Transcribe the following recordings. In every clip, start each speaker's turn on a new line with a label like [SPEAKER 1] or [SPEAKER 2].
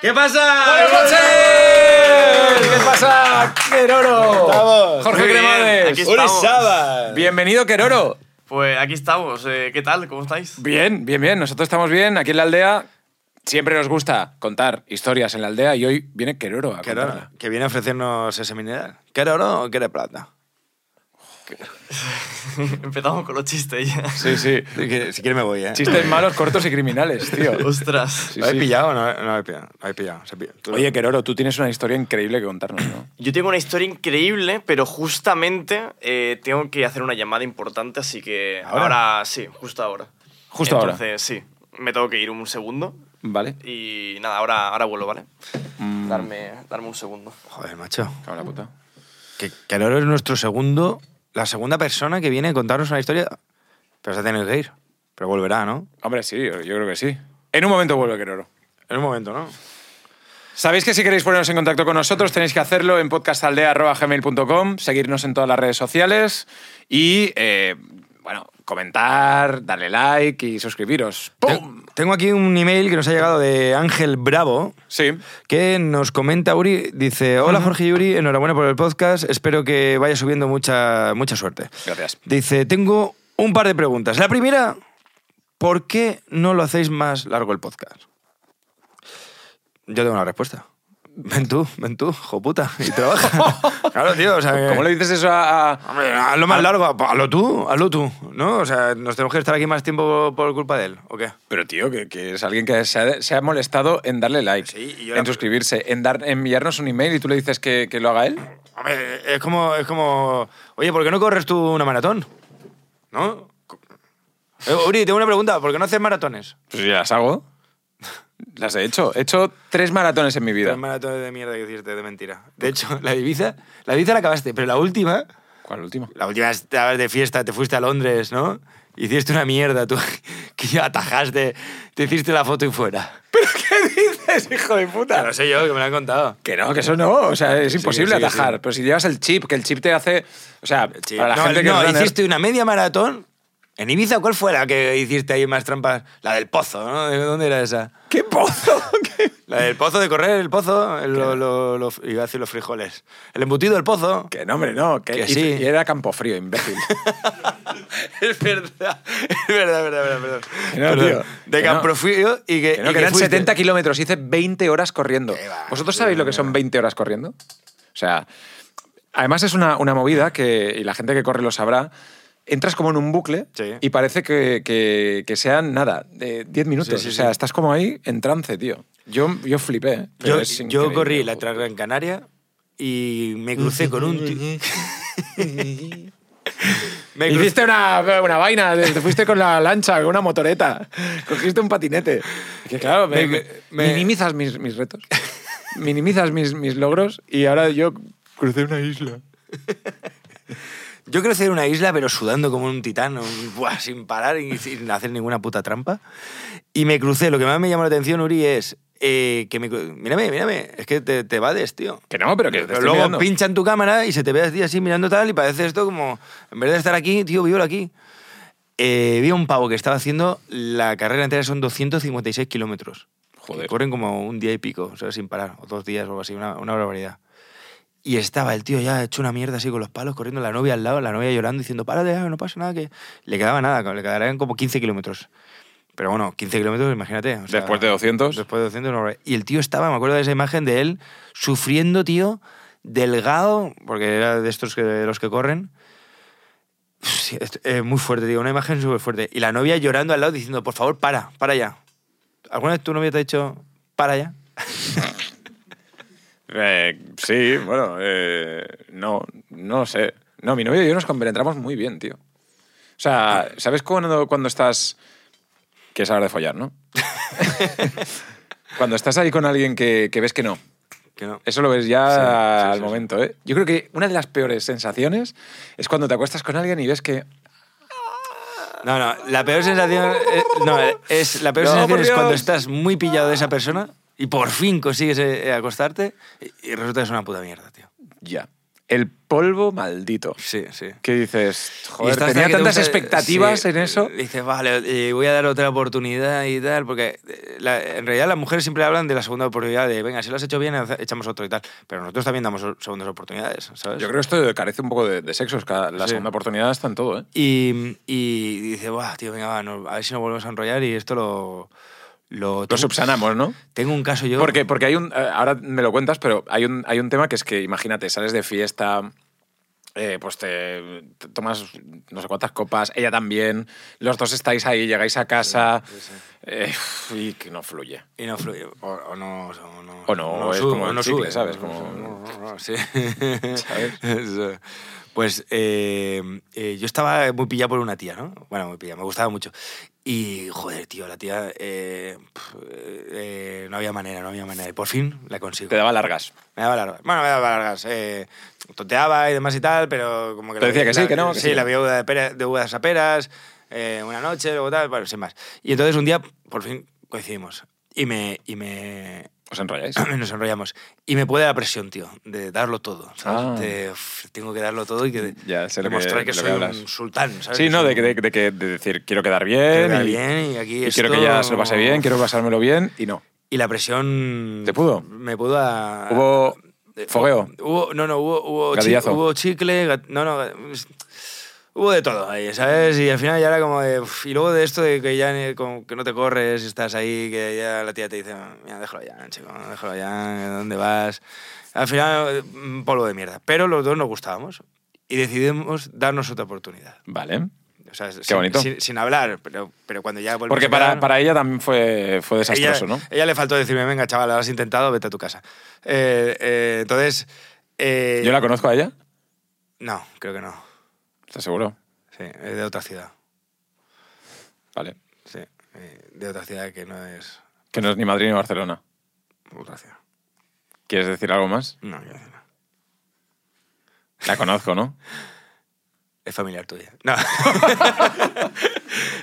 [SPEAKER 1] ¿Qué pasa?
[SPEAKER 2] ¡Buenas noches! ¿Qué pasa, Queroro?
[SPEAKER 3] estamos?
[SPEAKER 2] Jorge
[SPEAKER 4] Muy bien,
[SPEAKER 2] Cremades.
[SPEAKER 4] aquí
[SPEAKER 3] ¡Uri
[SPEAKER 4] estamos.
[SPEAKER 3] Saba!
[SPEAKER 2] Bienvenido, Queroro.
[SPEAKER 4] Pues aquí estamos. Eh, ¿Qué tal? ¿Cómo estáis?
[SPEAKER 2] Bien, bien, bien. Nosotros estamos bien aquí en la aldea. Siempre nos gusta contar historias en la aldea y hoy viene Queroro a
[SPEAKER 3] Qué raro,
[SPEAKER 2] contarla.
[SPEAKER 3] que viene a ofrecernos ese mineral. ¿Qué era oro o qué era plata?
[SPEAKER 4] Empezamos con los chistes ya.
[SPEAKER 2] Sí, sí.
[SPEAKER 3] Si quiere- si quiere me voy, ¿eh?
[SPEAKER 2] Chistes malos, cortos y criminales, tío.
[SPEAKER 4] Ostras.
[SPEAKER 2] Sí,
[SPEAKER 3] ¿Lo habéis
[SPEAKER 2] sí.
[SPEAKER 3] pillado o no, no lo habéis pillado? Lo habéis pillado. Se pilla. Tú-
[SPEAKER 2] Oye, Queroro, tú tienes una historia increíble que contarnos, ¿no?
[SPEAKER 4] Yo tengo una historia increíble, pero justamente eh, tengo que hacer una llamada importante, así que
[SPEAKER 3] ¿Ahora?
[SPEAKER 4] ¿Ahora? sí, justo ahora.
[SPEAKER 2] Justo ahora.
[SPEAKER 4] Entonces, sí, me tengo que ir un segundo
[SPEAKER 2] ¿Vale?
[SPEAKER 4] y nada, ahora, ahora vuelvo, ¿vale?
[SPEAKER 2] Mm,
[SPEAKER 4] Darme, darme un segundo.
[SPEAKER 3] Joder, macho.
[SPEAKER 2] cago en la puta.
[SPEAKER 3] Que, que Loro es nuestro segundo, la segunda persona que viene a contarnos una historia. Pero se ha tenido que ir. Pero volverá, ¿no?
[SPEAKER 2] Hombre, sí, yo yo creo que sí. En un momento vuelve Queroro.
[SPEAKER 3] En un momento, ¿no?
[SPEAKER 2] Sabéis que si queréis poneros en contacto con nosotros tenéis que hacerlo en podcastaldea.gmail.com, seguirnos en todas las redes sociales y, eh, bueno, comentar, darle like y suscribiros. ¡Pum!
[SPEAKER 3] Ten- Tengo aquí un email que nos ha llegado de Ángel Bravo.
[SPEAKER 2] Sí.
[SPEAKER 3] que nos comenta Uri, dice, hola Jorge y Uri, enhorabuena por el podcast, espero que vaya subiendo mucha, mucha suerte.
[SPEAKER 2] Gracias.
[SPEAKER 3] Dice, tengo un par de preguntas. La primera, ¿por qué no lo hacéis más largo el podcast? Yo tengo una respuesta. Ven tú, ven tú, joputa, y trabaja. claro, tío, o sea... que-
[SPEAKER 2] ¿Cómo le dices eso a...? a-
[SPEAKER 3] Hombre, hazlo más largo, hazlo tú, hazlo tú, ¿no? O sea, ¿nos tenemos que estar aquí más tiempo por culpa de él o qué?
[SPEAKER 2] Pero tío, que, que es alguien que se ha, se ha molestado en darle like,
[SPEAKER 3] Sí, y yo
[SPEAKER 2] en
[SPEAKER 3] la-
[SPEAKER 2] suscribirse, en dar, en enviarnos un email y tú le dices que, que lo haga él.
[SPEAKER 3] Hombre, es como, es como, oye, ¿por qué no corres tú una maratón? ¿No? Eh, Uri, tengo una pregunta, ¿por qué no haces maratones?
[SPEAKER 2] Pues ya las hago. Las he hecho. He hecho tres maratones en mi vida.
[SPEAKER 3] Tres maratones de mierda que hiciste de mentira. De hecho, la divisa, la divisa la acabaste, pero la última,
[SPEAKER 2] ¿Cuál último?
[SPEAKER 3] la última estabas de fiesta, te fuiste a Londres, ¿no? Hiciste una mierda tú, que ya atajaste, te hiciste la foto y fuera.
[SPEAKER 2] ¿Qué dices, hijo de puta?
[SPEAKER 3] Pero sé yo, que me lo han contado.
[SPEAKER 2] Que no, que eso no, o sea, es
[SPEAKER 3] sí,
[SPEAKER 2] imposible
[SPEAKER 3] sí, sí.
[SPEAKER 2] atajar. Pero si llevas el chip, que el chip te hace. O sea,
[SPEAKER 3] Sí.
[SPEAKER 2] para la
[SPEAKER 3] no,
[SPEAKER 2] gente que
[SPEAKER 3] no, ¿eh?
[SPEAKER 2] es runner-
[SPEAKER 3] hiciste una media maratón. ¿En Ibiza cuál fue la que hiciste ahí más trampas? La del pozo, ¿no? ¿De dónde era esa?
[SPEAKER 2] ¡Qué pozo! ¿Qué?
[SPEAKER 3] La del pozo de correr, el pozo, el- lo, lo- lo- iba a decir los frijoles. El embutido del pozo.
[SPEAKER 2] Que no, hombre, no. Que,
[SPEAKER 3] Que
[SPEAKER 2] y-
[SPEAKER 3] sí.
[SPEAKER 2] Y era Campofrío, imbécil.
[SPEAKER 3] Es verdad, es verdad, es verdad, verdad, perdón.
[SPEAKER 2] Que no,
[SPEAKER 3] Perdón.
[SPEAKER 2] tío,
[SPEAKER 3] De
[SPEAKER 2] que no.
[SPEAKER 3] Camprofrío y que.
[SPEAKER 2] que no,
[SPEAKER 3] y
[SPEAKER 2] que eran
[SPEAKER 3] fuiste.
[SPEAKER 2] 70 kilómetros. Hice 20 horas corriendo.
[SPEAKER 3] Qué va,
[SPEAKER 2] ¿Vosotros
[SPEAKER 3] qué
[SPEAKER 2] sabéis lo
[SPEAKER 3] va,
[SPEAKER 2] que
[SPEAKER 3] qué
[SPEAKER 2] son
[SPEAKER 3] va.
[SPEAKER 2] 20 horas corriendo? O sea, además es una, una movida que, y la gente que corre lo sabrá. Entras como en un bucle
[SPEAKER 3] Sí.
[SPEAKER 2] y parece que, que- que sean nada, de 10 minutos.
[SPEAKER 3] sí,
[SPEAKER 2] o sea,
[SPEAKER 3] sí.
[SPEAKER 2] estás como ahí en trance, tío. Yo, yo flipé. ¿eh? Pero
[SPEAKER 3] Yo,
[SPEAKER 2] es
[SPEAKER 3] yo
[SPEAKER 2] increíble,
[SPEAKER 3] corrí la
[SPEAKER 2] joder.
[SPEAKER 3] Transgran Canaria y me crucé con un tío. me crucé-
[SPEAKER 2] Hiciste una, una vaina, te fuiste con la lancha, con una motoreta, cogiste un patinete. Que claro,
[SPEAKER 3] Me-
[SPEAKER 2] me-
[SPEAKER 3] me-
[SPEAKER 2] me- minimizas mis, mis retos, minimizas mis, mis logros y ahora yo crucé una isla.
[SPEAKER 3] Yo crucé en una isla, pero sudando como un titán, un- buah, sin parar y sin hacer ninguna puta trampa. Y me crucé. Lo que más me llamó la atención, Uri, es eh, que me. cru- Mírame, mírame, es que te, te vades, tío.
[SPEAKER 2] Que no, pero que te
[SPEAKER 3] Pero
[SPEAKER 2] estoy
[SPEAKER 3] luego
[SPEAKER 2] mirando.
[SPEAKER 3] pinchan tu cámara y se te ve así, así mirando tal y parece esto como, en vez de estar aquí, tío, vivo aquí. Eh, vi a un pavo que estaba haciendo la carrera entera, son 256 kilómetros.
[SPEAKER 2] Joder.
[SPEAKER 3] Que Corren como un día y pico, o sea, sin parar, o dos días o algo así, una, una barbaridad. Y estaba el tío ya hecho una mierda así con los palos, corriendo la novia al lado, la novia llorando, diciendo, párate, ah, no pasa nada, que le quedaba nada, le quedarían como 15 kilómetros. Pero bueno, 15 kilómetros, imagínate. o sea,
[SPEAKER 2] Después de 200.
[SPEAKER 3] Después de 200, no, Y el tío estaba, me acuerdo de esa imagen de él sufriendo, tío, delgado, porque era de estos que, de los que corren. Sí, es- eh, muy fuerte, tío, una imagen súper fuerte. Y la novia llorando al lado diciendo, por favor, para, para ya. ¿Alguna vez tu novia te ha dicho, para ya?
[SPEAKER 2] Eh, sí, bueno, eh, no, no sé. No, mi novio y yo nos compenetramos muy bien, tío. O sea, ¿sabes cuando, cuando estás... Quieres hablar de follar, ¿no? cuando estás ahí con alguien que, que ves que no.
[SPEAKER 3] Que no.
[SPEAKER 2] Eso lo ves ya
[SPEAKER 3] Sí, sí,
[SPEAKER 2] al
[SPEAKER 3] sí,
[SPEAKER 2] momento, ¿eh? Yo creo que una de las peores sensaciones es cuando te acuestas con alguien y ves que...
[SPEAKER 3] No, no, la peor sensación, eh, no, es, la peor
[SPEAKER 2] No,
[SPEAKER 3] sensación
[SPEAKER 2] por
[SPEAKER 3] es cuando
[SPEAKER 2] Dios.
[SPEAKER 3] estás muy pillado de esa persona y por fin consigues eh, acostarte y, y resulta que es una puta mierda, tío.
[SPEAKER 2] Ya. El polvo maldito.
[SPEAKER 3] Sí, sí.
[SPEAKER 2] ¿Qué dices?
[SPEAKER 3] Y
[SPEAKER 2] Joder,
[SPEAKER 3] estás
[SPEAKER 2] tenía
[SPEAKER 3] ahí que te
[SPEAKER 2] tantas
[SPEAKER 3] gusta-
[SPEAKER 2] expectativas
[SPEAKER 3] sí,
[SPEAKER 2] en eso.
[SPEAKER 3] Dices, vale, eh, voy a dar otra oportunidad y tal, porque eh, la- en realidad las mujeres siempre hablan de la segunda oportunidad, de venga, si lo has hecho bien, hace- echamos otro y tal. Pero nosotros también damos o- segundas oportunidades, ¿sabes?
[SPEAKER 2] Yo creo que esto carece un poco de, de sexo. es que la
[SPEAKER 3] Sí.
[SPEAKER 2] segunda oportunidad está en todo, ¿eh?
[SPEAKER 3] Y, y dice, Buah, tío, venga, va, no- a ver si nos volvemos a enrollar y esto lo. Lo,
[SPEAKER 2] Lo
[SPEAKER 3] tengo-
[SPEAKER 2] subsanamos, ¿no?
[SPEAKER 3] Tengo un caso yo.
[SPEAKER 2] Porque, porque hay un. eh, Ahora me lo cuentas, pero hay un, hay un tema que es que, imagínate, sales de fiesta. eh, pues te, te tomas no sé cuántas copas, ella también, los dos estáis ahí, llegáis a casa eh, y que no fluye.
[SPEAKER 3] Y no fluye. O, o no. O no,
[SPEAKER 2] O no, es
[SPEAKER 3] sube,
[SPEAKER 2] como el chicle,
[SPEAKER 3] sube,
[SPEAKER 2] ¿sabes?
[SPEAKER 3] no-
[SPEAKER 2] Como-
[SPEAKER 3] no- no- no- sí. Eso. Pues eh, eh, yo estaba muy pillado por una tía, ¿no? Bueno, muy pillado, me gustaba mucho. Y, joder, tío, la tía. eh, pf, eh, no había manera, no había manera. Y por fin la consigo.
[SPEAKER 2] Te daba largas.
[SPEAKER 3] Me daba largas. Bueno, me daba largas. Eh, tonteaba y demás y tal, pero como que...
[SPEAKER 2] Te
[SPEAKER 3] la-
[SPEAKER 2] decía que sí,
[SPEAKER 3] la-
[SPEAKER 2] que no, que
[SPEAKER 3] sí,
[SPEAKER 2] sí.
[SPEAKER 3] la viuda de, pera- de uvas a peras, eh, una noche, luego tal, bueno, sin más. Y entonces un día, por fin, coincidimos. Y me... Y me
[SPEAKER 2] ¿Os enrolláis?
[SPEAKER 3] nos enrollamos. Y me puede la presión, tío, de darlo todo. ¿sabes?
[SPEAKER 2] Ah.
[SPEAKER 3] De, "Uf, tengo que darlo todo y que
[SPEAKER 2] Ya, sé lo que-
[SPEAKER 3] demostrar que,
[SPEAKER 2] lo que
[SPEAKER 3] soy
[SPEAKER 2] hablas.
[SPEAKER 3] un sultán, ¿sabes?
[SPEAKER 2] Sí,
[SPEAKER 3] Que
[SPEAKER 2] no,
[SPEAKER 3] soy
[SPEAKER 2] de,
[SPEAKER 3] un-
[SPEAKER 2] de- de que, de decir, quiero quedar bien.
[SPEAKER 3] quiero quedar
[SPEAKER 2] y,
[SPEAKER 3] bien y aquí
[SPEAKER 2] y quiero que
[SPEAKER 3] esto-
[SPEAKER 2] ya se lo pase bien, quiero pasármelo bien y no.
[SPEAKER 3] Y la presión...
[SPEAKER 2] ¿Te pudo?
[SPEAKER 3] Me pudo a...
[SPEAKER 2] Hubo
[SPEAKER 3] eh,
[SPEAKER 2] fogueo.
[SPEAKER 3] Hubo, no, no, hubo, hubo, chi-
[SPEAKER 2] Gatillazo.
[SPEAKER 3] hubo chicle, gat- no, no, gat- hubo de todo ahí, ¿sabes? Y al final ya era como de, uf, y luego de esto de que ya ni- como que no te corres, estás ahí, que ya la tía te dice, mira, déjalo ya, chico, déjalo ya, ¿dónde vas? Al final, mm, polvo de mierda. Pero los dos nos gustábamos y decidimos darnos otra oportunidad.
[SPEAKER 2] Vale.
[SPEAKER 3] O sea, sin,
[SPEAKER 2] bonito.
[SPEAKER 3] Sin, sin hablar, pero, pero cuando ya volvimos
[SPEAKER 2] Porque
[SPEAKER 3] a
[SPEAKER 2] para,
[SPEAKER 3] hablar-
[SPEAKER 2] para ella también fue, fue desastroso,
[SPEAKER 3] ella,
[SPEAKER 2] ¿no?
[SPEAKER 3] ella le faltó decirme, venga, chaval, lo has intentado, vete a tu casa. Eh, eh, entonces... eh,
[SPEAKER 2] Yo la conozco a ella,
[SPEAKER 3] no, creo que no.
[SPEAKER 2] ¿estás seguro?
[SPEAKER 3] Sí, es de otra ciudad.
[SPEAKER 2] Vale.
[SPEAKER 3] Sí, eh, de otra ciudad que no es
[SPEAKER 2] Que no es ni Madrid ni Barcelona.
[SPEAKER 3] otra ciudad.
[SPEAKER 2] ¿Quieres decir algo más?
[SPEAKER 3] No, yo no.
[SPEAKER 2] La conozco, ¿no?
[SPEAKER 3] Es familiar tuya. No.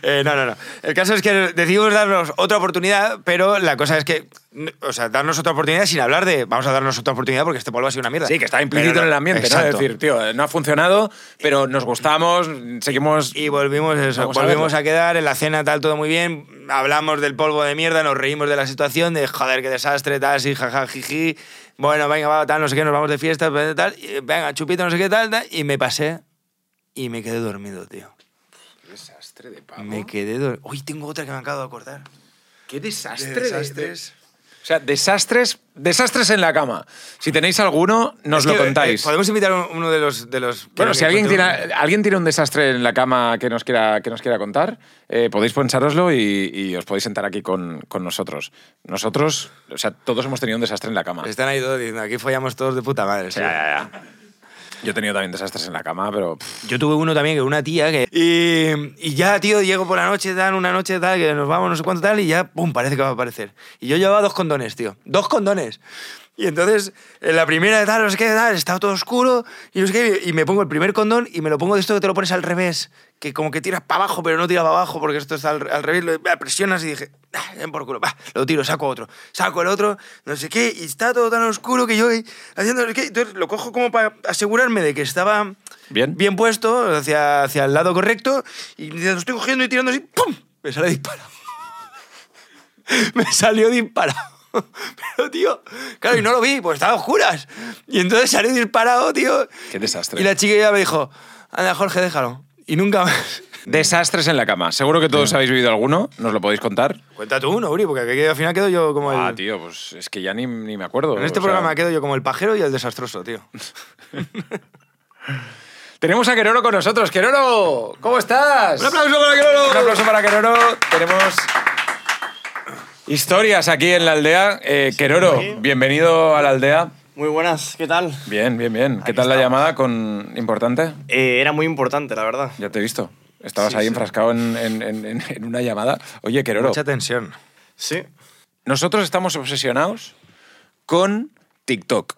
[SPEAKER 3] Eh, no, no, no. El caso es que decidimos darnos otra oportunidad, pero la cosa es que, n- o sea, darnos otra oportunidad sin hablar de vamos a darnos otra oportunidad porque este polvo ha sido una mierda.
[SPEAKER 2] Sí, que está implícito
[SPEAKER 3] Pero
[SPEAKER 2] en el
[SPEAKER 3] no-
[SPEAKER 2] ambiente, ¿no? Eh,
[SPEAKER 3] Exacto.
[SPEAKER 2] Es decir, tío, eh, no ha funcionado, pero nos gustamos, seguimos...
[SPEAKER 3] Y volvimos, eso,
[SPEAKER 2] Vamos a
[SPEAKER 3] volvimos
[SPEAKER 2] verlo.
[SPEAKER 3] a, quedar en la cena, tal, todo muy bien. Hablamos del polvo de mierda, nos reímos de la situación, de joder, qué desastre, tal, sí, jaja, jiji. Bueno, venga, va, tal, no sé qué, nos vamos de fiesta, tal, tal, y, venga, chupito, no sé qué, tal, tal. Y me pasé y me quedé dormido, tío.
[SPEAKER 2] Desastre de
[SPEAKER 3] Me quedé dormido. Uy, tengo otra que me acabo de acordar.
[SPEAKER 2] ¿Qué desastre
[SPEAKER 3] de- desastres.
[SPEAKER 2] O sea, desastres, desastres en la cama. Si tenéis alguno, nos
[SPEAKER 3] Es
[SPEAKER 2] lo
[SPEAKER 3] que,
[SPEAKER 2] contáis.
[SPEAKER 3] eh, Podemos invitar a uno de los. De los
[SPEAKER 2] Bueno,
[SPEAKER 3] que-
[SPEAKER 2] si
[SPEAKER 3] que
[SPEAKER 2] alguien tiene,
[SPEAKER 3] conté-
[SPEAKER 2] alguien tiene un desastre en la cama que nos quiera, que nos quiera contar, eh, podéis pensároslo y, y os podéis sentar aquí con, con nosotros. Nosotros, o sea, todos hemos tenido un desastre en la cama.
[SPEAKER 3] Están ahí todos diciendo, aquí follamos todos de puta madre. sí.
[SPEAKER 2] Ya, ya, ya. Yo he tenido también desastres en la cama, pero pff,
[SPEAKER 3] Yo tuve uno también, que una tía que... Y, y ya, tío, llego por la noche, tal, una noche, tal, que nos vamos, no sé cuánto, tal, y ya, pum, parece que va a aparecer. Y yo llevaba dos condones, tío. Dos condones. Y entonces, en la primera, tal, no sé qué, tal, estaba todo oscuro, y no sé qué, y me pongo el primer condón y me lo pongo de esto que te lo pones al revés, que como que tiras para abajo, pero no tiras para abajo, porque esto está al, al revés, lo ah, presionas y dije, "Ah, ven por culo, va, lo tiro, saco otro, saco el otro, no sé qué, y está todo tan oscuro que yo ahí, haciendo no sé qué, entonces lo cojo como para asegurarme de que estaba
[SPEAKER 2] bien.
[SPEAKER 3] bien puesto, hacia, hacia el lado correcto, y lo estoy cogiendo y tirando así, ¡pum! Me sale disparado. Me salió disparado. Pero, tío, claro, y no lo vi, pues estaba a oscuras. Y entonces salió disparado, tío.
[SPEAKER 2] Qué desastre.
[SPEAKER 3] Y la chica ya me dijo, anda, Jorge, déjalo. Y nunca más.
[SPEAKER 2] Desastres en la cama. Seguro que todos habéis vivido alguno, nos lo podéis contar.
[SPEAKER 3] Cuenta tú uno, Uri, porque aquí al final quedo yo como
[SPEAKER 2] Ah,
[SPEAKER 3] el...
[SPEAKER 2] tío, pues es que ya ni, ni me acuerdo.
[SPEAKER 3] En este
[SPEAKER 2] o sea.
[SPEAKER 3] programa quedo yo como el pajero y el desastroso, tío.
[SPEAKER 2] Tenemos a Queroro con nosotros. Queroro, ¿cómo estás?
[SPEAKER 3] ¡Un aplauso para Queroro!
[SPEAKER 2] Un aplauso para Queroro. Tenemos historias aquí en la aldea. Eh, Queroro,
[SPEAKER 4] Sí.
[SPEAKER 2] bienvenido a la aldea.
[SPEAKER 4] Muy buenas, ¿qué tal?
[SPEAKER 2] Bien, bien, bien. ¿Qué
[SPEAKER 4] Aquí
[SPEAKER 2] tal la
[SPEAKER 4] estamos.
[SPEAKER 2] llamada con importante?
[SPEAKER 4] Eh, era muy importante, la verdad.
[SPEAKER 2] Ya te he visto. Estabas
[SPEAKER 4] Sí,
[SPEAKER 2] ahí
[SPEAKER 4] sí.
[SPEAKER 2] enfrascado en, en- en- en- en una llamada. Oye, Queroro,
[SPEAKER 3] Mucha tensión.
[SPEAKER 4] Sí.
[SPEAKER 2] nosotros estamos obsesionados con TikTok.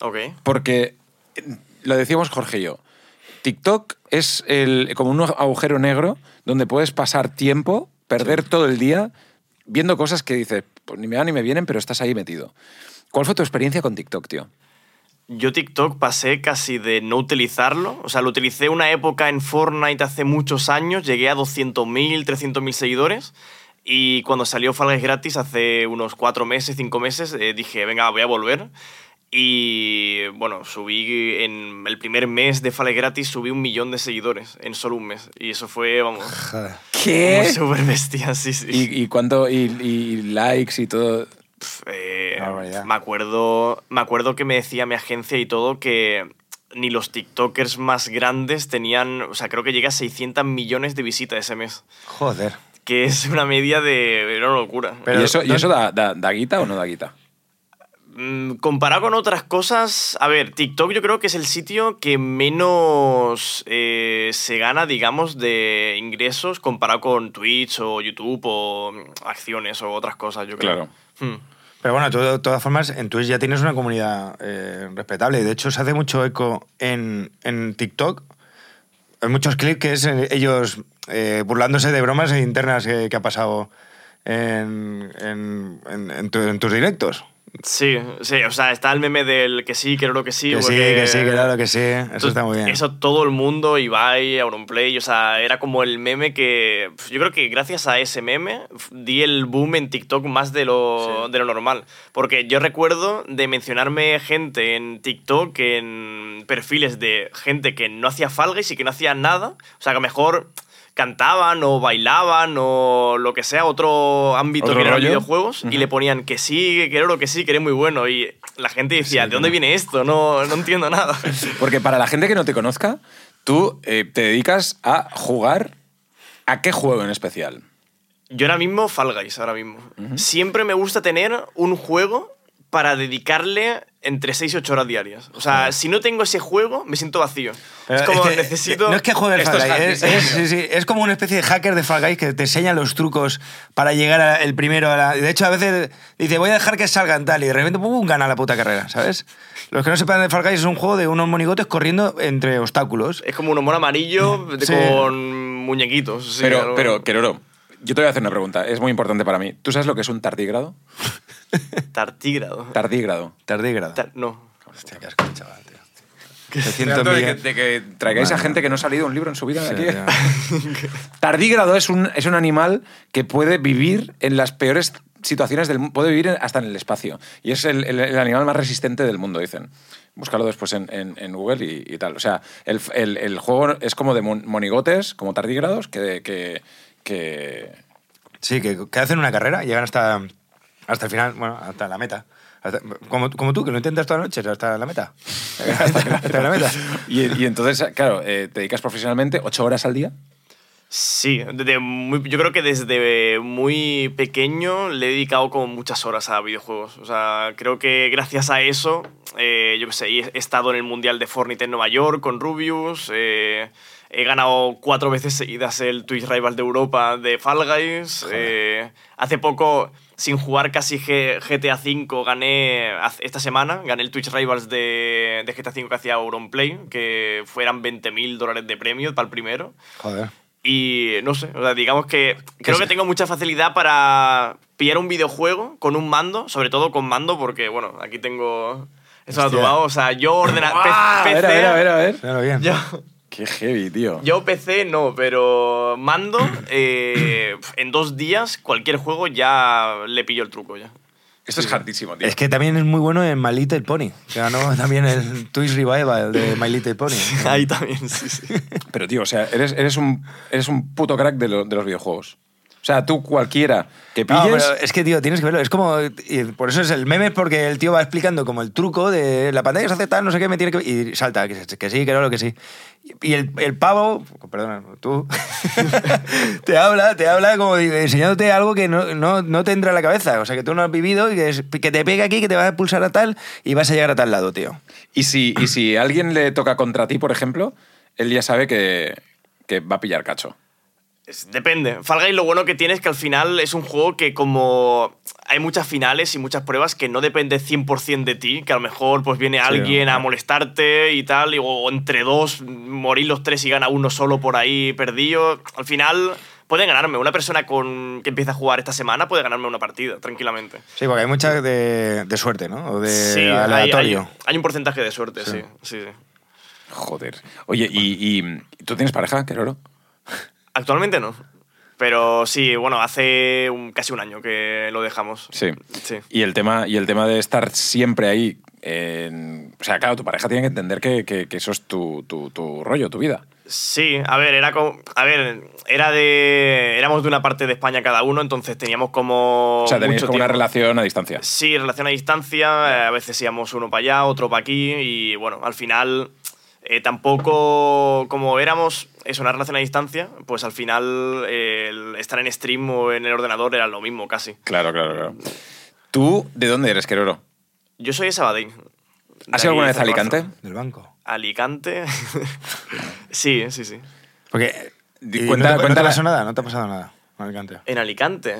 [SPEAKER 4] Ok.
[SPEAKER 2] Porque eh, lo decíamos Jorge y yo. TikTok es el, como un agujero negro donde puedes pasar tiempo, perder todo el día viendo cosas que dices, "Pues ni me van ni me vienen, pero estás ahí metido. ¿Cuál fue tu experiencia con TikTok, tío?
[SPEAKER 4] Yo TikTok pasé casi de no utilizarlo. O sea, lo utilicé una época en Fortnite hace muchos años. Llegué a 200.000, 300.000 seguidores. Y cuando salió Fall Guys gratis hace unos cuatro meses, cinco meses, eh, dije, venga, voy a volver. Y bueno, subí en el primer mes de Fall Guys gratis, subí un millón de seguidores en solo un mes. Y eso fue, vamos,
[SPEAKER 3] Joder.
[SPEAKER 2] ¿Qué?
[SPEAKER 4] como súper bestia, sí, sí.
[SPEAKER 2] ¿Y, y cuánto? Y, y likes y todo.
[SPEAKER 4] Pf, eh,
[SPEAKER 2] Una barbaridad.
[SPEAKER 4] me acuerdo me acuerdo que me decía mi agencia y todo que ni los TikTokers más grandes tenían, o sea, creo que llega a 600 millones de visitas ese mes,
[SPEAKER 3] Joder.
[SPEAKER 4] que es una media de era una locura.
[SPEAKER 3] Pero-
[SPEAKER 2] ¿Y eso, y
[SPEAKER 3] ¿dónde-
[SPEAKER 2] eso da, da- da guita o no da guita?
[SPEAKER 4] Mm, comparado con otras cosas, a ver, TikTok yo creo que es el sitio que menos eh, se gana, digamos, de ingresos comparado con Twitch o YouTube o mm, acciones o otras cosas, yo creo.
[SPEAKER 2] Claro.
[SPEAKER 4] Hmm.
[SPEAKER 3] Pero bueno, tú, de todas formas, en Twitch ya tienes una comunidad eh, respetable. Y de hecho, se hace mucho eco en, en TikTok. Hay muchos clips que es eh, ellos eh, burlándose de bromas e internas que, que ha pasado en, en- en- en tu- en tus directos.
[SPEAKER 4] Sí, sí, o sea, está el meme del que sí, que no, que sí.
[SPEAKER 3] que sí,
[SPEAKER 4] porque-
[SPEAKER 3] que sí, que claro, que sí. Eso
[SPEAKER 4] Entonces,
[SPEAKER 3] está muy bien.
[SPEAKER 4] Eso todo el mundo, Ibai, Auronplay, o sea, era como el meme que. pf, Yo creo que gracias a ese meme pf, di el boom en TikTok más de lo, de lo normal. Porque yo recuerdo de mencionarme gente en TikTok, en perfiles de gente que no hacía Fall Guys y que no hacía nada. O sea, que a lo mejor cantaban o bailaban o lo que sea, otro ámbito
[SPEAKER 2] ¿Otro
[SPEAKER 4] que no
[SPEAKER 2] rollo?
[SPEAKER 4] videojuegos y le ponían que sí, que lo que sí, que eres muy bueno. Y la gente decía, ¿de dónde viene esto? No, no entiendo nada.
[SPEAKER 2] Porque para la gente que no te conozca, tú eh, te dedicas a jugar. ¿A qué juego en especial?
[SPEAKER 4] Yo ahora mismo Fall Guys, ahora mismo. Siempre me gusta tener un juego para dedicarle entre 6 y 8 horas diarias. O sea, si no tengo ese juego, me siento vacío.
[SPEAKER 3] Pero
[SPEAKER 4] es como,
[SPEAKER 3] que-
[SPEAKER 4] necesito...
[SPEAKER 3] No Eh, es que juegue el
[SPEAKER 2] Esto
[SPEAKER 3] Fall
[SPEAKER 2] es
[SPEAKER 3] Guys,
[SPEAKER 2] hacker,
[SPEAKER 3] es,
[SPEAKER 2] sí,
[SPEAKER 3] es- sí, sí, es como una especie de hacker de Fall Guys que te enseña los trucos para llegar a- el primero a la- De hecho, a veces dice, voy a dejar que salgan tal, y de repente ¡pum! gana la puta carrera, ¿sabes? Los que no sepan de Fall Guys es un juego de unos monigotes corriendo entre obstáculos.
[SPEAKER 4] Es como un humor amarillo de-
[SPEAKER 3] ¿eh? Sí.
[SPEAKER 4] con muñequitos. sí,
[SPEAKER 2] pero,
[SPEAKER 4] algo-
[SPEAKER 2] pero, Queroro, yo te voy a hacer una pregunta. Es muy importante para mí. ¿Tú sabes lo que es un tardígrado?
[SPEAKER 4] Tartígrado.
[SPEAKER 2] Tardígrado.
[SPEAKER 3] Tardígrado.
[SPEAKER 4] Tar- no.
[SPEAKER 3] Hostia, qué asco, chaval, tío. 300
[SPEAKER 2] Trato de que,
[SPEAKER 3] millas-
[SPEAKER 2] de que traigáis a
[SPEAKER 3] Madre
[SPEAKER 2] gente que no ha salido un libro en su vida.
[SPEAKER 3] Sí,
[SPEAKER 2] aquí.
[SPEAKER 3] tío.
[SPEAKER 2] Tardígrado es un, es un animal que puede vivir en las peores situaciones del mundo, puede vivir en- hasta en el espacio. Y es el, el- el animal más resistente del mundo, dicen. Búscalo después en, en- en Google y, y tal. O sea, el, el- el juego es como de mon- monigotes, como tardígrados, que, que, que-
[SPEAKER 3] Sí, que, que hacen una carrera, llegan hasta, hasta el final, bueno, hasta la meta. Hasta- como, como tú, que lo intentas toda la noche, hasta la meta. hasta la meta.
[SPEAKER 2] Y, y entonces, claro, eh, te dedicas profesionalmente ocho horas al día.
[SPEAKER 4] Sí, desde muy- yo creo que desde muy pequeño le he dedicado como muchas horas a videojuegos. O sea, creo que gracias a eso, eh, yo qué sé, he he estado en el Mundial de Fortnite en Nueva York con Rubius, eh, he ganado cuatro veces seguidas el Twitch Rival de Europa de Fall Guys. eh, hace poco, sin jugar casi G- GTA V, gané haz- esta semana, gané el Twitch Rivals de, de GTA V que hacía Auronplay, que fueran 20.000 dólares de premio para el primero.
[SPEAKER 3] Joder.
[SPEAKER 4] Y no sé, o sea, digamos que creo que tengo mucha facilidad para pillar un videojuego con un mando, sobre todo con mando, porque bueno, aquí tengo eso
[SPEAKER 3] Hostia.
[SPEAKER 4] tatuado. O sea, yo ordena
[SPEAKER 2] ¡Ah!
[SPEAKER 4] P-
[SPEAKER 2] A ver, a ver, a ver, a ver.
[SPEAKER 3] Claro, bien.
[SPEAKER 4] Yo,
[SPEAKER 2] Qué heavy, tío.
[SPEAKER 4] yo PC no, pero mando eh, en dos días cualquier juego ya le pillo el truco ya.
[SPEAKER 2] Esto es hartísimo, tío.
[SPEAKER 3] Es que también es muy bueno en My Little Pony. Que ganó también el Twitch Revival de My Little Pony.
[SPEAKER 4] Ahí también, sí, sí.
[SPEAKER 2] Pero, tío, o sea, eres, eres, un, eres un puto crack de, lo- de los videojuegos. O sea, tú cualquiera eh, que
[SPEAKER 3] No,
[SPEAKER 2] pilles...
[SPEAKER 3] pero es que, tío, tienes que verlo. Es como. y por eso es el meme, porque el tío va explicando como el truco de la pantalla se hace tal, no sé qué, me tiene que. Y salta, que, que sí, que no, lo que sí. Y el, el pavo, perdona, tú, te habla, te habla como di- enseñándote algo que no, no, no te entra en la cabeza. O sea, que tú no has vivido y que, es- que te pega aquí, que te vas a expulsar a tal y vas a llegar a tal lado, tío.
[SPEAKER 2] Y, si, y si alguien le toca contra ti, por ejemplo, él ya sabe que, que va a pillar cacho.
[SPEAKER 4] Es- Depende. Fall Guys lo bueno que tiene es que al final es un juego que como hay muchas finales y muchas pruebas que no depende 100% de ti, que a lo mejor pues viene alguien a molestarte y tal, y- o entre dos morir los tres y gana uno solo por ahí perdido. Al final pueden ganarme. Una persona con, que empieza a jugar esta semana puede ganarme una partida, tranquilamente.
[SPEAKER 3] Sí, porque hay mucha de, de suerte, ¿no? O de
[SPEAKER 4] hay-
[SPEAKER 3] aleatorio.
[SPEAKER 4] Hay, hay un porcentaje de suerte, sí. sí, sí.
[SPEAKER 2] Joder. Oye, y, y- tú tienes pareja, qué raro.
[SPEAKER 4] Actualmente no. Pero sí, bueno, hace un- casi un año que lo dejamos.
[SPEAKER 2] Sí.
[SPEAKER 4] Sí.
[SPEAKER 2] Y el tema, y el tema de estar siempre ahí. en- o sea, claro, tu pareja tiene que entender que, que- que eso es tu, tu- tu rollo, tu vida.
[SPEAKER 4] Sí, a ver, era como, a ver, era de éramos de una parte de España cada uno, entonces teníamos como
[SPEAKER 2] O sea, tenéis
[SPEAKER 4] Oh, mucho
[SPEAKER 2] como una
[SPEAKER 4] tiempo.
[SPEAKER 2] relación a distancia.
[SPEAKER 4] Sí, relación a distancia, eh, a veces íbamos uno para allá, otro para aquí y bueno, al final eh, tampoco como éramos es una relación a distancia, pues al final eh, el estar en stream o en el ordenador era lo mismo casi.
[SPEAKER 2] Claro, claro, claro. ¿Tú de dónde eres, Queroro?
[SPEAKER 4] Yo soy de Sabadell.
[SPEAKER 2] ¿Has
[SPEAKER 4] De
[SPEAKER 2] ido alguna
[SPEAKER 4] ahí,
[SPEAKER 2] vez a
[SPEAKER 4] de
[SPEAKER 2] Alicante?
[SPEAKER 4] Zaragoza.
[SPEAKER 3] Del banco.
[SPEAKER 4] Alicante. sí, sí, sí.
[SPEAKER 3] Porque.
[SPEAKER 2] Di-
[SPEAKER 3] y no
[SPEAKER 2] cuenta-
[SPEAKER 3] te- no,
[SPEAKER 2] cuenta
[SPEAKER 3] te
[SPEAKER 2] la-
[SPEAKER 3] pasó nada, no te ha pasado nada. en Alicante.
[SPEAKER 4] En Alicante.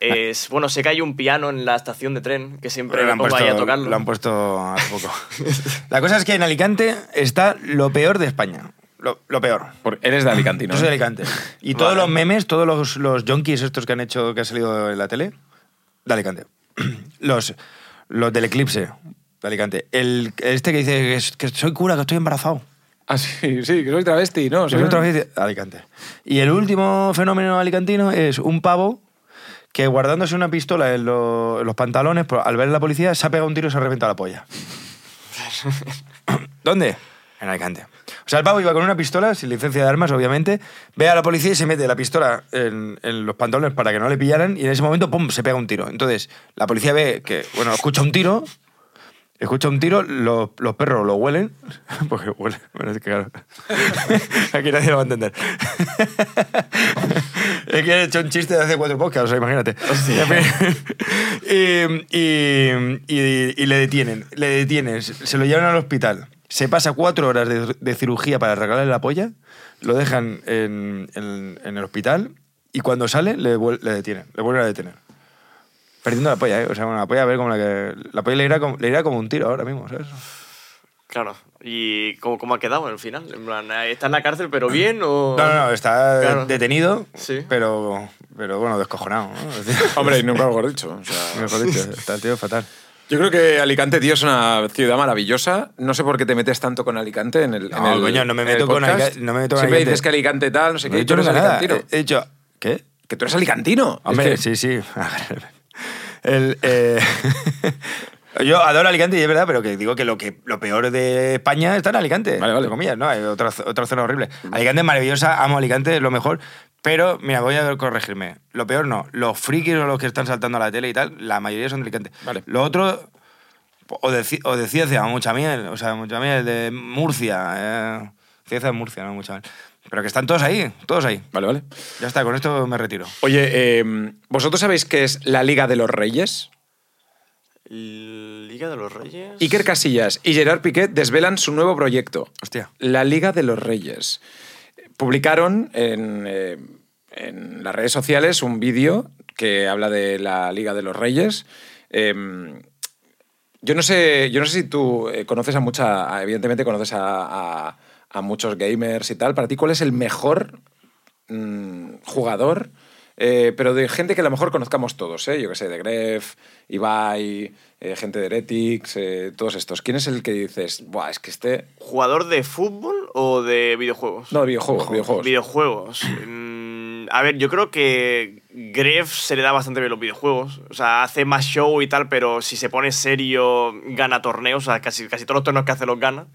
[SPEAKER 4] Es, bueno, sé que hay un piano en la estación de tren que siempre
[SPEAKER 3] Lo
[SPEAKER 4] me
[SPEAKER 3] han,
[SPEAKER 4] pongo ahí a
[SPEAKER 3] puesto,
[SPEAKER 4] tocarlo.
[SPEAKER 3] lo han puesto hace poco. la cosa es que en Alicante está lo peor de España. Lo, lo peor.
[SPEAKER 2] Por- eres de Alicante, ¿no?
[SPEAKER 3] Yo soy de Alicante. Y todos
[SPEAKER 4] Vale.
[SPEAKER 3] los memes, todos los, los yonkis estos que han hecho, que ha salido en la tele, de Alicante. Los, los del eclipse, de Alicante. El, este que dice que, es- que soy cura, que estoy embarazado.
[SPEAKER 2] Ah, sí, sí, que soy travesti, ¿no?
[SPEAKER 3] Yo
[SPEAKER 2] Soy
[SPEAKER 3] soy
[SPEAKER 2] un-
[SPEAKER 3] otra vez de Alicante. Y el último fenómeno alicantino es un pavo que guardándose una pistola en, lo- en los pantalones, por- al ver a la policía, se ha pegado un tiro y se ha reventado la polla. ¿Dónde? En Alicante. O sea, el pavo iba con una pistola, sin licencia de armas, obviamente, ve a la policía y se mete la pistola en, en los pantalones para que no le pillaran y en ese momento, ¡pum!, se pega un tiro. Entonces, la policía ve que, bueno, escucha un tiro, Escucha un tiro, los, los perros lo huelen. Porque huelen. Bueno, es que claro. Aquí nadie lo va a entender. es que he hecho un chiste de hace cuatro podcasts, o sea, imagínate. En fin. y, y- y- y le detienen. Le detienes. Se lo llevan al hospital. Se pasa cuatro horas de, de cirugía para arreglarle la polla. Lo dejan en, en- en el hospital. Y cuando sale, le, vuel- le detienen. Le vuelven a detener. Perdiendo la polla, ¿eh? O sea, bueno, la polla, a ver, como la que... La polla le irá como, le irá como un tiro ahora mismo, ¿sabes?
[SPEAKER 4] Claro. ¿Y cómo, cómo ha quedado en el final? En plan, ¿está en la cárcel pero bien o...?
[SPEAKER 3] Ah. No, no, no, está
[SPEAKER 4] Claro.
[SPEAKER 3] detenido,
[SPEAKER 4] Sí.
[SPEAKER 3] pero, pero bueno, descojonado, ¿no?
[SPEAKER 2] Hombre, y nunca lo he dicho. o sea,
[SPEAKER 3] Mejor dicho, está el tío fatal.
[SPEAKER 2] Yo creo que Alicante, tío, es una ciudad maravillosa. No sé por qué te metes tanto con Alicante en el.
[SPEAKER 3] No,
[SPEAKER 2] en el-
[SPEAKER 3] coño, no me
[SPEAKER 2] en el
[SPEAKER 3] meto con
[SPEAKER 2] podcast.
[SPEAKER 3] Alica- no me meto con
[SPEAKER 2] Siempre
[SPEAKER 3] Alicante.
[SPEAKER 2] dices que Alicante tal, no sé
[SPEAKER 3] No he
[SPEAKER 2] qué.
[SPEAKER 3] dicho
[SPEAKER 2] Tú eres
[SPEAKER 3] nunca nada.
[SPEAKER 2] alicantino.
[SPEAKER 3] He dicho... ¿Qué?
[SPEAKER 2] Que tú eres alicantino.
[SPEAKER 3] Hombre,
[SPEAKER 2] Es que-
[SPEAKER 3] sí, sí. A ver, El, eh, Yo adoro Alicante y es verdad, pero que digo que lo, que lo peor de España está en Alicante.
[SPEAKER 2] Vale, vale.
[SPEAKER 3] entre comillas, ¿no? Hay otra, otra zona horrible. Alicante es maravillosa, amo Alicante, es lo mejor. Pero, mira, voy a corregirme. Lo peor no. Los frikis o los que están saltando a la tele y tal, la mayoría son de Alicante.
[SPEAKER 2] Vale.
[SPEAKER 3] Lo otro, o de, ci- o de Cieza, mucha miel. O sea, mucha miel de Murcia. Eh. Cieza de Murcia, no mucha miel. Pero que están todos ahí, todos ahí.
[SPEAKER 2] Vale, vale.
[SPEAKER 3] Ya está, con esto me retiro.
[SPEAKER 2] Oye, eh, ¿vosotros sabéis qué es la Liga de los Reyes?
[SPEAKER 4] ¿Liga de los Reyes?
[SPEAKER 2] Iker Casillas y Gerard Piqué desvelan su nuevo proyecto.
[SPEAKER 3] Hostia.
[SPEAKER 2] La Liga de los Reyes. Publicaron en, eh, en las redes sociales un vídeo que habla de la Liga de los Reyes. Em, yo no sé, yo no sé si tú eh, conoces a mucha, a- evidentemente conoces a, a- a muchos gamers y tal. Para ti, ¿cuál es el mejor mm, jugador? Eh, pero de gente que a lo mejor conozcamos todos, ¿eh? yo que sé, de Gref, Ibai, eh, gente de Heretics, eh, todos estos. ¿Quién es el que dices, Buah, es que este.
[SPEAKER 4] ¿Jugador de fútbol o de videojuegos?
[SPEAKER 2] No, videojuegos, videojuegos.
[SPEAKER 4] Videojuegos. Mm, a ver, yo creo que Gref se le da bastante bien los videojuegos. O sea, hace más show y tal, pero si se pone serio, gana torneos. O sea, casi, casi todos los torneos que hace los gana.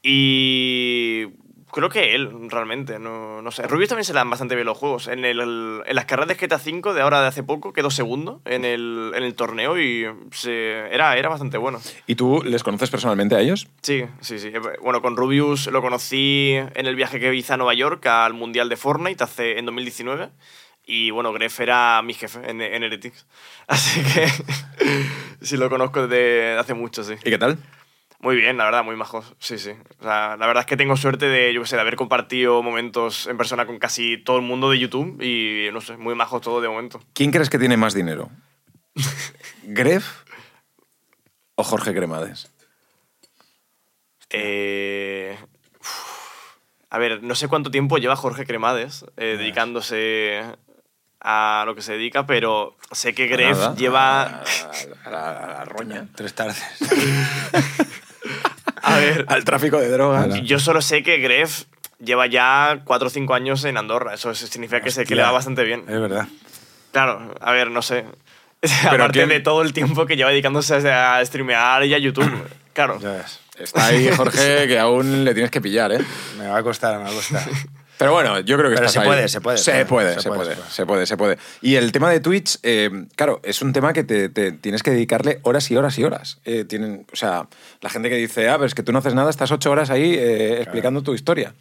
[SPEAKER 4] Y creo que él, realmente. No, no sé. Rubius también se le dan bastante bien los juegos. En, el- en las carreras de GTA V de ahora de hace poco quedó segundo en el, en el torneo y se- era, era bastante bueno.
[SPEAKER 2] ¿Y tú les conoces personalmente a ellos?
[SPEAKER 4] Sí, sí, sí. Bueno, con Rubius lo conocí en el viaje que hice a Nueva York al Mundial de Fortnite hace, en 2019. Y bueno, Gref era mi jefe en, en Heretics. Así que sí lo conozco desde hace mucho, sí.
[SPEAKER 2] ¿Y qué tal?
[SPEAKER 4] Muy bien, la verdad, muy majos. Sí, sí. O sea, la verdad es que tengo suerte de, yo qué sé, de haber compartido momentos en persona con casi todo el mundo de YouTube. Y no sé, muy majos todo de momento.
[SPEAKER 2] ¿Quién crees que tiene más dinero? ¿Gref o Jorge Cremades?
[SPEAKER 4] Eh, A ver, no sé cuánto tiempo lleva Jorge Cremades eh, dedicándose a lo que se dedica, pero sé que Gref
[SPEAKER 2] Nada.
[SPEAKER 4] lleva...
[SPEAKER 2] A la, a la roña.
[SPEAKER 1] Tres tardes.
[SPEAKER 4] A ver,
[SPEAKER 2] Al tráfico de drogas.
[SPEAKER 4] yo solo sé que Gref lleva ya 4 o 5 años en Andorra. Eso significa que, sé que le va
[SPEAKER 1] Hostia.
[SPEAKER 4] bastante bien.
[SPEAKER 3] Eh.
[SPEAKER 1] Es verdad.
[SPEAKER 4] Claro, a ver, no sé. Aparte
[SPEAKER 2] quién-
[SPEAKER 4] de todo el tiempo que lleva dedicándose a streamear y a YouTube. Claro.
[SPEAKER 1] Ya ves.
[SPEAKER 2] Está ahí, Jorge, que aún le tienes que pillar, ¿eh?
[SPEAKER 1] Me va a costar, me va a costar.
[SPEAKER 2] Pero bueno, yo creo que
[SPEAKER 1] Pero
[SPEAKER 2] estás
[SPEAKER 1] se
[SPEAKER 2] ahí.
[SPEAKER 1] puede, se puede,
[SPEAKER 2] Se puede, se, puede,
[SPEAKER 1] puede.
[SPEAKER 2] se puede, se puede. Y el tema de Twitch, eh, claro, es un tema que te, te tienes que dedicarle horas y horas y horas. Eh, tienen, o sea, la gente que dice, ah, pero es que tú no haces nada, estás ocho horas ahí eh, explicando tu historia.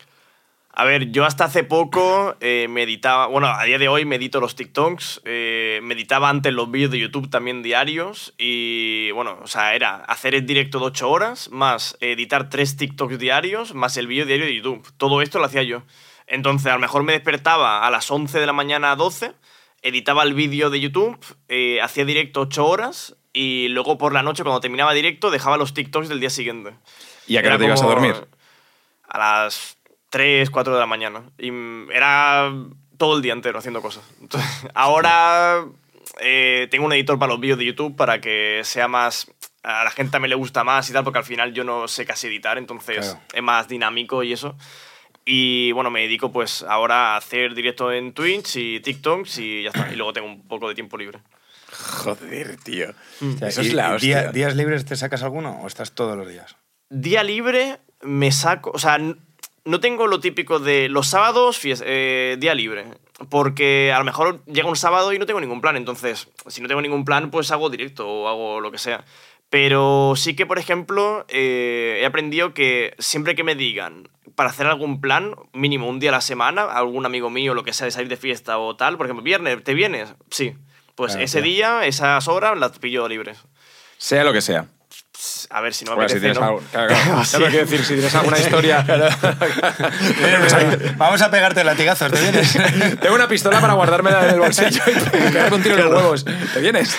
[SPEAKER 4] A ver, yo hasta hace poco eh, me editaba, bueno, a día de hoy medito los TikToks, eh, meditaba antes los vídeos de YouTube también diarios y bueno, o sea, era hacer el directo de 8 horas, más editar tres TikToks diarios, más el vídeo diario de YouTube. Todo esto lo hacía yo. Entonces, a lo mejor me despertaba a las 11 de la mañana a 12, editaba el vídeo de YouTube, eh, hacía directo 8 horas y luego por la noche cuando terminaba directo dejaba los TikToks del día siguiente.
[SPEAKER 2] ¿Y a qué
[SPEAKER 4] Era
[SPEAKER 2] hora te ibas a
[SPEAKER 4] como-
[SPEAKER 2] dormir?
[SPEAKER 4] a las 3, 4 de la mañana. Y mm, era todo el día entero haciendo cosas. Entonces, ahora eh, tengo un editor para los vídeos de YouTube para que sea más... A la gente también le gusta más y tal, porque al final yo no sé casi editar, entonces
[SPEAKER 1] Claro.
[SPEAKER 4] es más dinámico y eso. Y bueno, me dedico pues ahora a hacer directo en Twitch y TikToks y ya está. Y luego tengo un poco de tiempo libre.
[SPEAKER 2] Joder, tío.
[SPEAKER 1] O sea,
[SPEAKER 2] Eso
[SPEAKER 1] y-
[SPEAKER 2] es la
[SPEAKER 1] y día-
[SPEAKER 2] hostia.
[SPEAKER 1] ¿Días libres te sacas alguno o estás todos los días?
[SPEAKER 4] Día libre me saco, o sea, n- no tengo lo típico de los sábados, fies- eh, día libre, porque a lo mejor llega un sábado y no tengo ningún plan, entonces si no tengo ningún plan pues hago directo o hago lo que sea. Pero sí que, por ejemplo, eh, he aprendido que siempre que me digan para hacer algún plan, mínimo un día a la semana, algún amigo mío, lo que sea, de salir de fiesta o tal, por ejemplo, viernes, ¿te vienes? Sí. Pues
[SPEAKER 1] Claro,
[SPEAKER 4] ese
[SPEAKER 1] claro.
[SPEAKER 4] día, esas horas, las pillo libres.
[SPEAKER 2] Sea lo que sea.
[SPEAKER 4] A ver si no me
[SPEAKER 2] Bueno, si tienes
[SPEAKER 4] apetece, ¿no?
[SPEAKER 2] algo- claro, claro.
[SPEAKER 4] Pero
[SPEAKER 2] Ya
[SPEAKER 4] sí.
[SPEAKER 2] lo quiero decir, si tienes alguna historia.
[SPEAKER 1] Vamos a pegarte latigazos, ¿te vienes?
[SPEAKER 2] Tengo una pistola para guardármela en el bolsillo y pegarme un tiro en los huevos. ¿Te vienes?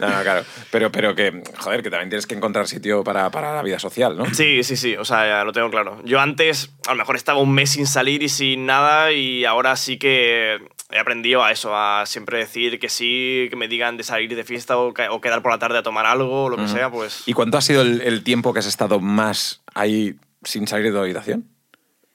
[SPEAKER 2] No, no, claro. Pero, pero que, joder, que también tienes que encontrar sitio para, para la vida social, ¿no?
[SPEAKER 4] Sí, sí, sí, o sea, ya lo tengo claro. Yo antes a lo mejor estaba un mes sin salir y sin nada y ahora sí que he aprendido a eso, a siempre decir que sí, que me digan de salir de fiesta o, ca- o quedar por la tarde a tomar algo, o lo que sea, pues
[SPEAKER 2] ¿Y cuánto ha sido el, el tiempo que has estado más ahí sin salir de habitación?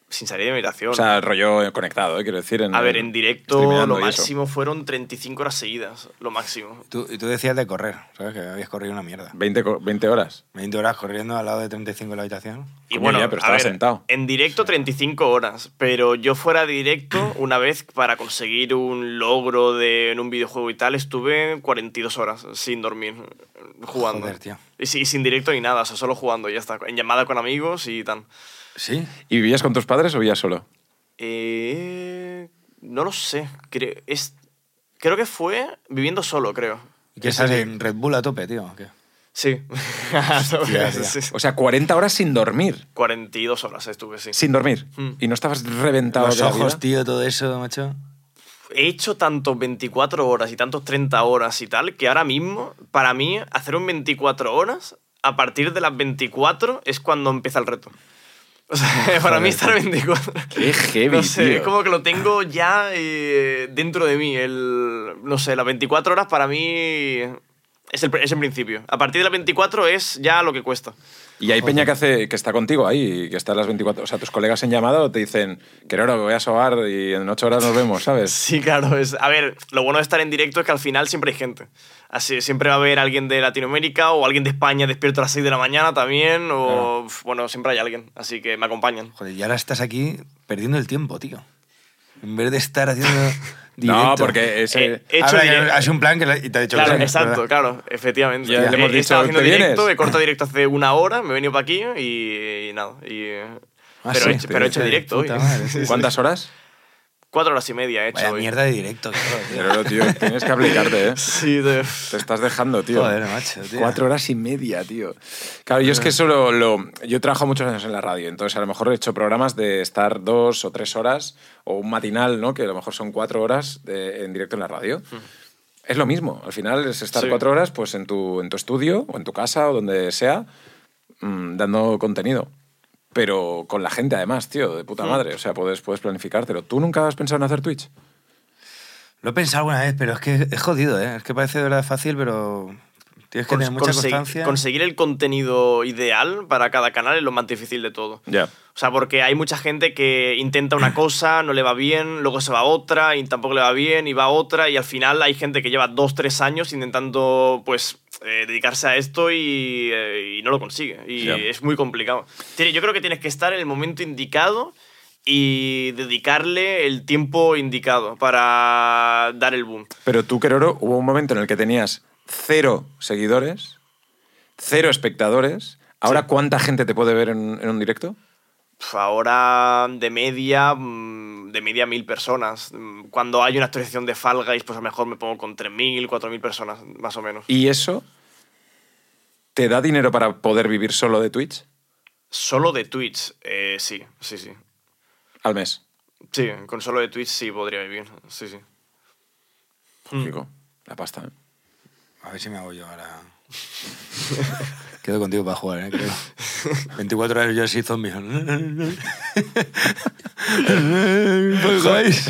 [SPEAKER 4] sin salir de mi habitación.
[SPEAKER 2] O sea, rollo eh, conectado, eh, quiero decir. En,
[SPEAKER 4] a ver, en directo
[SPEAKER 2] streameando
[SPEAKER 4] lo
[SPEAKER 2] y eso.
[SPEAKER 4] máximo fueron 35 horas seguidas, lo máximo.
[SPEAKER 1] Tú, y tú decías de correr, ¿sabes? Que habías corrido una mierda.
[SPEAKER 2] 20, co- 20 horas.
[SPEAKER 1] 20 horas corriendo al lado de 35 en la habitación.
[SPEAKER 4] Y
[SPEAKER 2] Coño,
[SPEAKER 4] bueno,
[SPEAKER 2] ya, pero
[SPEAKER 4] a
[SPEAKER 2] estaba
[SPEAKER 4] ver,
[SPEAKER 2] sentado.
[SPEAKER 4] en directo 35 horas, pero yo fuera de directo una vez para conseguir un logro de, en un videojuego y tal, estuve 42 horas sin dormir jugando.
[SPEAKER 1] Joder, tío.
[SPEAKER 4] Y, sí, sin directo ni nada, o sea, solo jugando, ya está, en llamada con amigos y tal.
[SPEAKER 1] Sí.
[SPEAKER 2] ¿Y vivías con tus padres o vivías solo?
[SPEAKER 4] Eh, no lo sé, creo, es, creo que fue viviendo solo, creo.
[SPEAKER 1] ¿Y qué estás en Red Bull a tope, tío? ¿o qué?
[SPEAKER 4] Sí. Sí, sí.
[SPEAKER 2] O sea, 40 horas sin dormir.
[SPEAKER 4] 42 horas estuve, sí.
[SPEAKER 2] Sin dormir.
[SPEAKER 4] Mm.
[SPEAKER 2] Y no estabas reventado
[SPEAKER 1] Los
[SPEAKER 2] de la vida?
[SPEAKER 1] ojos, tío, todo eso, macho.
[SPEAKER 4] he hecho tantos 24 horas y tantos 30 horas y tal, que ahora mismo, para mí, hacer un 24 horas, a partir de las 24 es cuando empieza el reto. O sea, para mí estar 24.
[SPEAKER 2] Qué heavy,
[SPEAKER 4] No sé,
[SPEAKER 2] tío.
[SPEAKER 4] es como que lo tengo ya eh, dentro de mí. El, no sé, las 24 horas para mí es el, es el principio. A partir de las 24 es ya lo que cuesta.
[SPEAKER 2] Y hay peña que hace que está contigo ahí, que está a las 24. O sea, tus colegas en llamado te dicen, que ahora voy a sobar y en 8 horas nos vemos, ¿sabes?
[SPEAKER 4] Sí, claro. Es, a ver, lo bueno de estar en directo es que al final siempre hay gente. Así, siempre va a haber alguien de Latinoamérica o alguien de España despierto a las 6 de la mañana también. O, pf, bueno, siempre hay alguien. Así que me acompañan.
[SPEAKER 1] Joder, y ahora estás aquí perdiendo el tiempo, tío. En vez de estar haciendo directo.
[SPEAKER 2] No, porque ese.
[SPEAKER 4] Eh, He hecho
[SPEAKER 1] Ahora que
[SPEAKER 4] directo.
[SPEAKER 1] has hecho un plan que le- y te ha dicho
[SPEAKER 4] Claro,
[SPEAKER 1] que sí,
[SPEAKER 4] exacto,
[SPEAKER 1] ¿verdad?
[SPEAKER 4] claro, efectivamente.
[SPEAKER 2] Ya
[SPEAKER 4] He-
[SPEAKER 2] le hemos
[SPEAKER 4] he
[SPEAKER 2] dicho,
[SPEAKER 4] estado haciendo
[SPEAKER 2] ¿te vienes?
[SPEAKER 4] directo, he cortado directo hace una hora, me he venido para aquí y, y nada. y, eh,
[SPEAKER 1] Ah,
[SPEAKER 4] pero,
[SPEAKER 1] sí,
[SPEAKER 4] he hecho,
[SPEAKER 1] te
[SPEAKER 4] pero he
[SPEAKER 1] dice de
[SPEAKER 4] hecho directo hoy.
[SPEAKER 1] puta madre, sí, sí.
[SPEAKER 2] ¿Cuántas horas?
[SPEAKER 4] Cuatro horas y media he hecho
[SPEAKER 1] Vaya
[SPEAKER 4] hoy.
[SPEAKER 1] mierda de directo, claro, tío.
[SPEAKER 2] Pero, tío, tienes que aplicarte, ¿eh?
[SPEAKER 4] Sí, de-
[SPEAKER 2] Te estás dejando, tío.
[SPEAKER 1] Joder, macho, tío.
[SPEAKER 2] Cuatro horas y media, tío. Claro, yo es que eso lo, lo- Yo trabajo muchos años en la radio, entonces a lo mejor he hecho programas de estar dos o tres horas, o un matinal, ¿no? Que a lo mejor son cuatro horas de- en directo en la radio. Es lo mismo. Al final es estar
[SPEAKER 4] Sí.
[SPEAKER 2] cuatro horas pues, en, tu, en tu estudio, o en tu casa, o donde sea, mm, dando contenido. pero con la gente además, tío, de puta madre. O sea, puedes, puedes planificártelo. ¿Tú nunca has pensado en hacer Twitch?
[SPEAKER 3] Lo he pensado alguna vez, pero es que es jodido, ¿eh? Es que parece de verdad fácil, pero tienes que
[SPEAKER 4] Cons-
[SPEAKER 3] tener mucha
[SPEAKER 4] consegui-
[SPEAKER 3] constancia.
[SPEAKER 4] Conseguir el contenido ideal para cada canal es lo más difícil de todo.
[SPEAKER 2] Ya.
[SPEAKER 4] O sea, porque hay mucha gente que intenta una cosa, no le va bien, luego se va a otra y tampoco le va bien y va a otra y al final hay gente que lleva dos, tres años intentando pues eh, dedicarse a esto y, eh, y no lo consigue. Y
[SPEAKER 2] Ya.
[SPEAKER 4] es muy complicado. Tiene- Yo creo que tienes que estar en el momento indicado y dedicarle el tiempo indicado para dar el boom.
[SPEAKER 2] Pero tú, Queroro, hubo un momento en el que tenías cero seguidores, cero espectadores. ¿Ahora cuánta gente te puede ver en, en un directo?
[SPEAKER 4] Pf, Ahora de media, mm, de media mil personas. Mm, Cuando hay una actualización de Fall Guys, pues a lo mejor me pongo con 3.000, 4.000 personas, más o menos.
[SPEAKER 2] ¿Y eso te da dinero para poder vivir solo de Twitch
[SPEAKER 4] Solo de Twitch, eh, sí, sí, sí.
[SPEAKER 2] al mes?
[SPEAKER 4] Sí, con solo de Twitch sí podría vivir, sí, sí.
[SPEAKER 3] Mm.
[SPEAKER 2] Digo, la pasta. ¿eh?
[SPEAKER 1] A ver si me hago yo ahora. Quedo contigo para jugar, ¿eh? Creo. 24 horas yo así zombie. ¿Jugáis?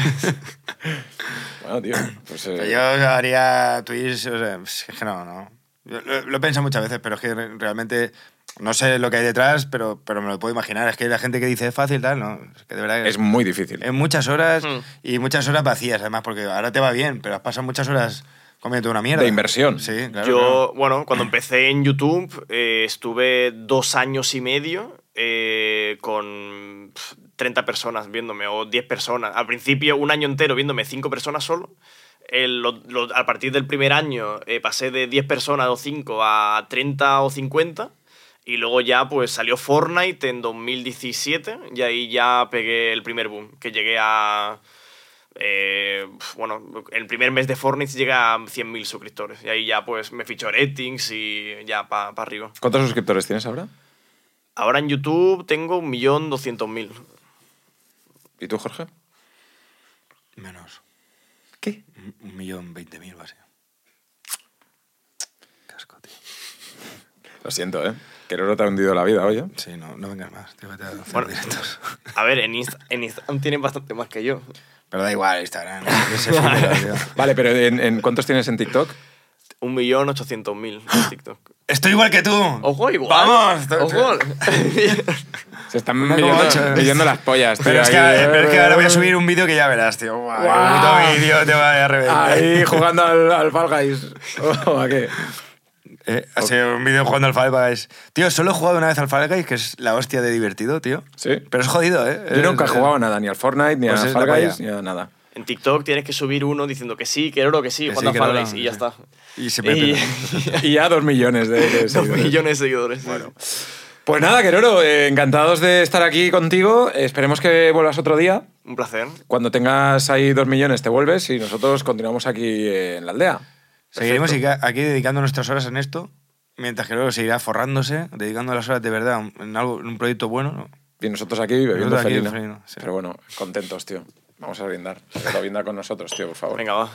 [SPEAKER 2] Bueno, tío, pues... eh,
[SPEAKER 3] Pero Yo haría Twitch, o sea, es que no, no. Yo lo, lo he pensado muchas veces, pero es que re- realmente no sé lo que hay detrás, pero, pero me lo puedo imaginar. Es que la gente que dice es fácil, tal, no. Es que de verdad que
[SPEAKER 2] Es muy difícil.
[SPEAKER 3] en muchas horas
[SPEAKER 4] Hmm.
[SPEAKER 3] y muchas horas vacías, además, porque ahora te va bien, pero has pasado muchas horas comiendo una mierda.
[SPEAKER 2] De inversión.
[SPEAKER 3] Sí, claro.
[SPEAKER 4] Yo,
[SPEAKER 3] claro.
[SPEAKER 4] bueno, cuando empecé en YouTube, eh, estuve dos años y medio eh, con pf, 30 personas viéndome o 10 personas. Al principio, un año entero viéndome 5 personas solo. El- lo- lo- a partir del primer año eh, pasé de 10 personas o 5 a 30 o 50. Y luego ya pues salió Fortnite en 2017 y ahí ya pegué el primer boom, que llegué a... Eh, bueno, el primer mes de Fortnite llega a 100.000 suscriptores. Y ahí ya pues me fichó ratings y ya para arriba.
[SPEAKER 2] ¿Cuántos suscriptores tienes ahora?
[SPEAKER 4] Ahora en YouTube tengo 1.200.000.
[SPEAKER 2] ¿Y tú, Jorge?
[SPEAKER 1] Menos.
[SPEAKER 2] ¿Qué?
[SPEAKER 1] Un- Un millón veinte mil, va a ser. Casco, tío.
[SPEAKER 2] Lo siento, ¿eh? Queroro te ha hundido la vida, oye.
[SPEAKER 1] Sí, no, no vengas más. Te voy a hacer
[SPEAKER 4] Bueno.
[SPEAKER 1] directos.
[SPEAKER 4] A ver, en, Insta- en Instagram tienen bastante más que yo.
[SPEAKER 1] Pero da igual, Instagram. Ese filtro, tío.
[SPEAKER 2] Vale, pero ¿en, en cuántos tienes en TikTok?
[SPEAKER 4] 1.800.000 en TikTok.
[SPEAKER 1] Estoy igual que tú.
[SPEAKER 4] ¡Ojo, igual!
[SPEAKER 1] Vamos.
[SPEAKER 4] ¡Ojo!
[SPEAKER 2] Se están
[SPEAKER 3] Uno
[SPEAKER 2] midiendo,
[SPEAKER 3] como ocho.
[SPEAKER 2] midiendo las pollas, tío.
[SPEAKER 3] Pero es, que,
[SPEAKER 2] ahí,
[SPEAKER 3] pero es que ahora voy a
[SPEAKER 2] eh,
[SPEAKER 3] subir un vídeo que ya verás, tío. Guau, qué
[SPEAKER 2] Guau.
[SPEAKER 3] puto vídeo te va a reventar.
[SPEAKER 2] Ahí jugando al, al Fall Guys. Oh, eh, ¿a qué?
[SPEAKER 3] Eh, ha sido un vídeo jugando al Fall Guys. Tío, solo he jugado una vez al Fall Guys, que es la hostia de divertido, tío.
[SPEAKER 2] Sí.
[SPEAKER 3] Pero es jodido, ¿eh?
[SPEAKER 2] Yo nunca he
[SPEAKER 3] Es-
[SPEAKER 2] jugado a nada, ni al Fortnite, ni
[SPEAKER 3] Pues
[SPEAKER 2] al
[SPEAKER 3] es
[SPEAKER 2] Fall
[SPEAKER 3] la
[SPEAKER 2] Guys,
[SPEAKER 3] polla.
[SPEAKER 2] ni a nada.
[SPEAKER 4] En TikTok tienes que subir uno diciendo que sí, que oro, que sí,
[SPEAKER 3] Que
[SPEAKER 4] cuando
[SPEAKER 3] sí, que
[SPEAKER 4] Fall
[SPEAKER 3] oro,
[SPEAKER 4] Guys, y ya
[SPEAKER 3] sí.
[SPEAKER 4] está.
[SPEAKER 3] Y se
[SPEAKER 4] Y-
[SPEAKER 3] me
[SPEAKER 2] Y ya dos millones de, de
[SPEAKER 4] Dos
[SPEAKER 2] seguidores.
[SPEAKER 4] millones de seguidores. Bueno.
[SPEAKER 2] Pues nada, Queroro, eh, encantados de estar aquí contigo. Esperemos que vuelvas otro día.
[SPEAKER 4] Un placer.
[SPEAKER 2] Cuando tengas ahí dos millones te vuelves y nosotros continuamos aquí eh, en la aldea.
[SPEAKER 3] Seguiremos aquí dedicando nuestras horas en esto, mientras que luego seguirá forrándose, dedicando las horas de verdad en, algo, en un proyecto bueno. ¿no?
[SPEAKER 2] Y nosotros aquí bebiendo
[SPEAKER 3] Nosotros aquí
[SPEAKER 2] felina.
[SPEAKER 3] felino, sí.
[SPEAKER 2] Pero bueno, contentos, tío. Vamos a brindar. Sácalo a brindar con nosotros, tío, por favor.
[SPEAKER 4] Venga, va.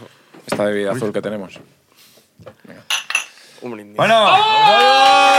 [SPEAKER 2] Esta bebida azul que tenemos. ¡Oh!
[SPEAKER 3] ¡Oh,
[SPEAKER 4] Un brindis.
[SPEAKER 3] Bueno,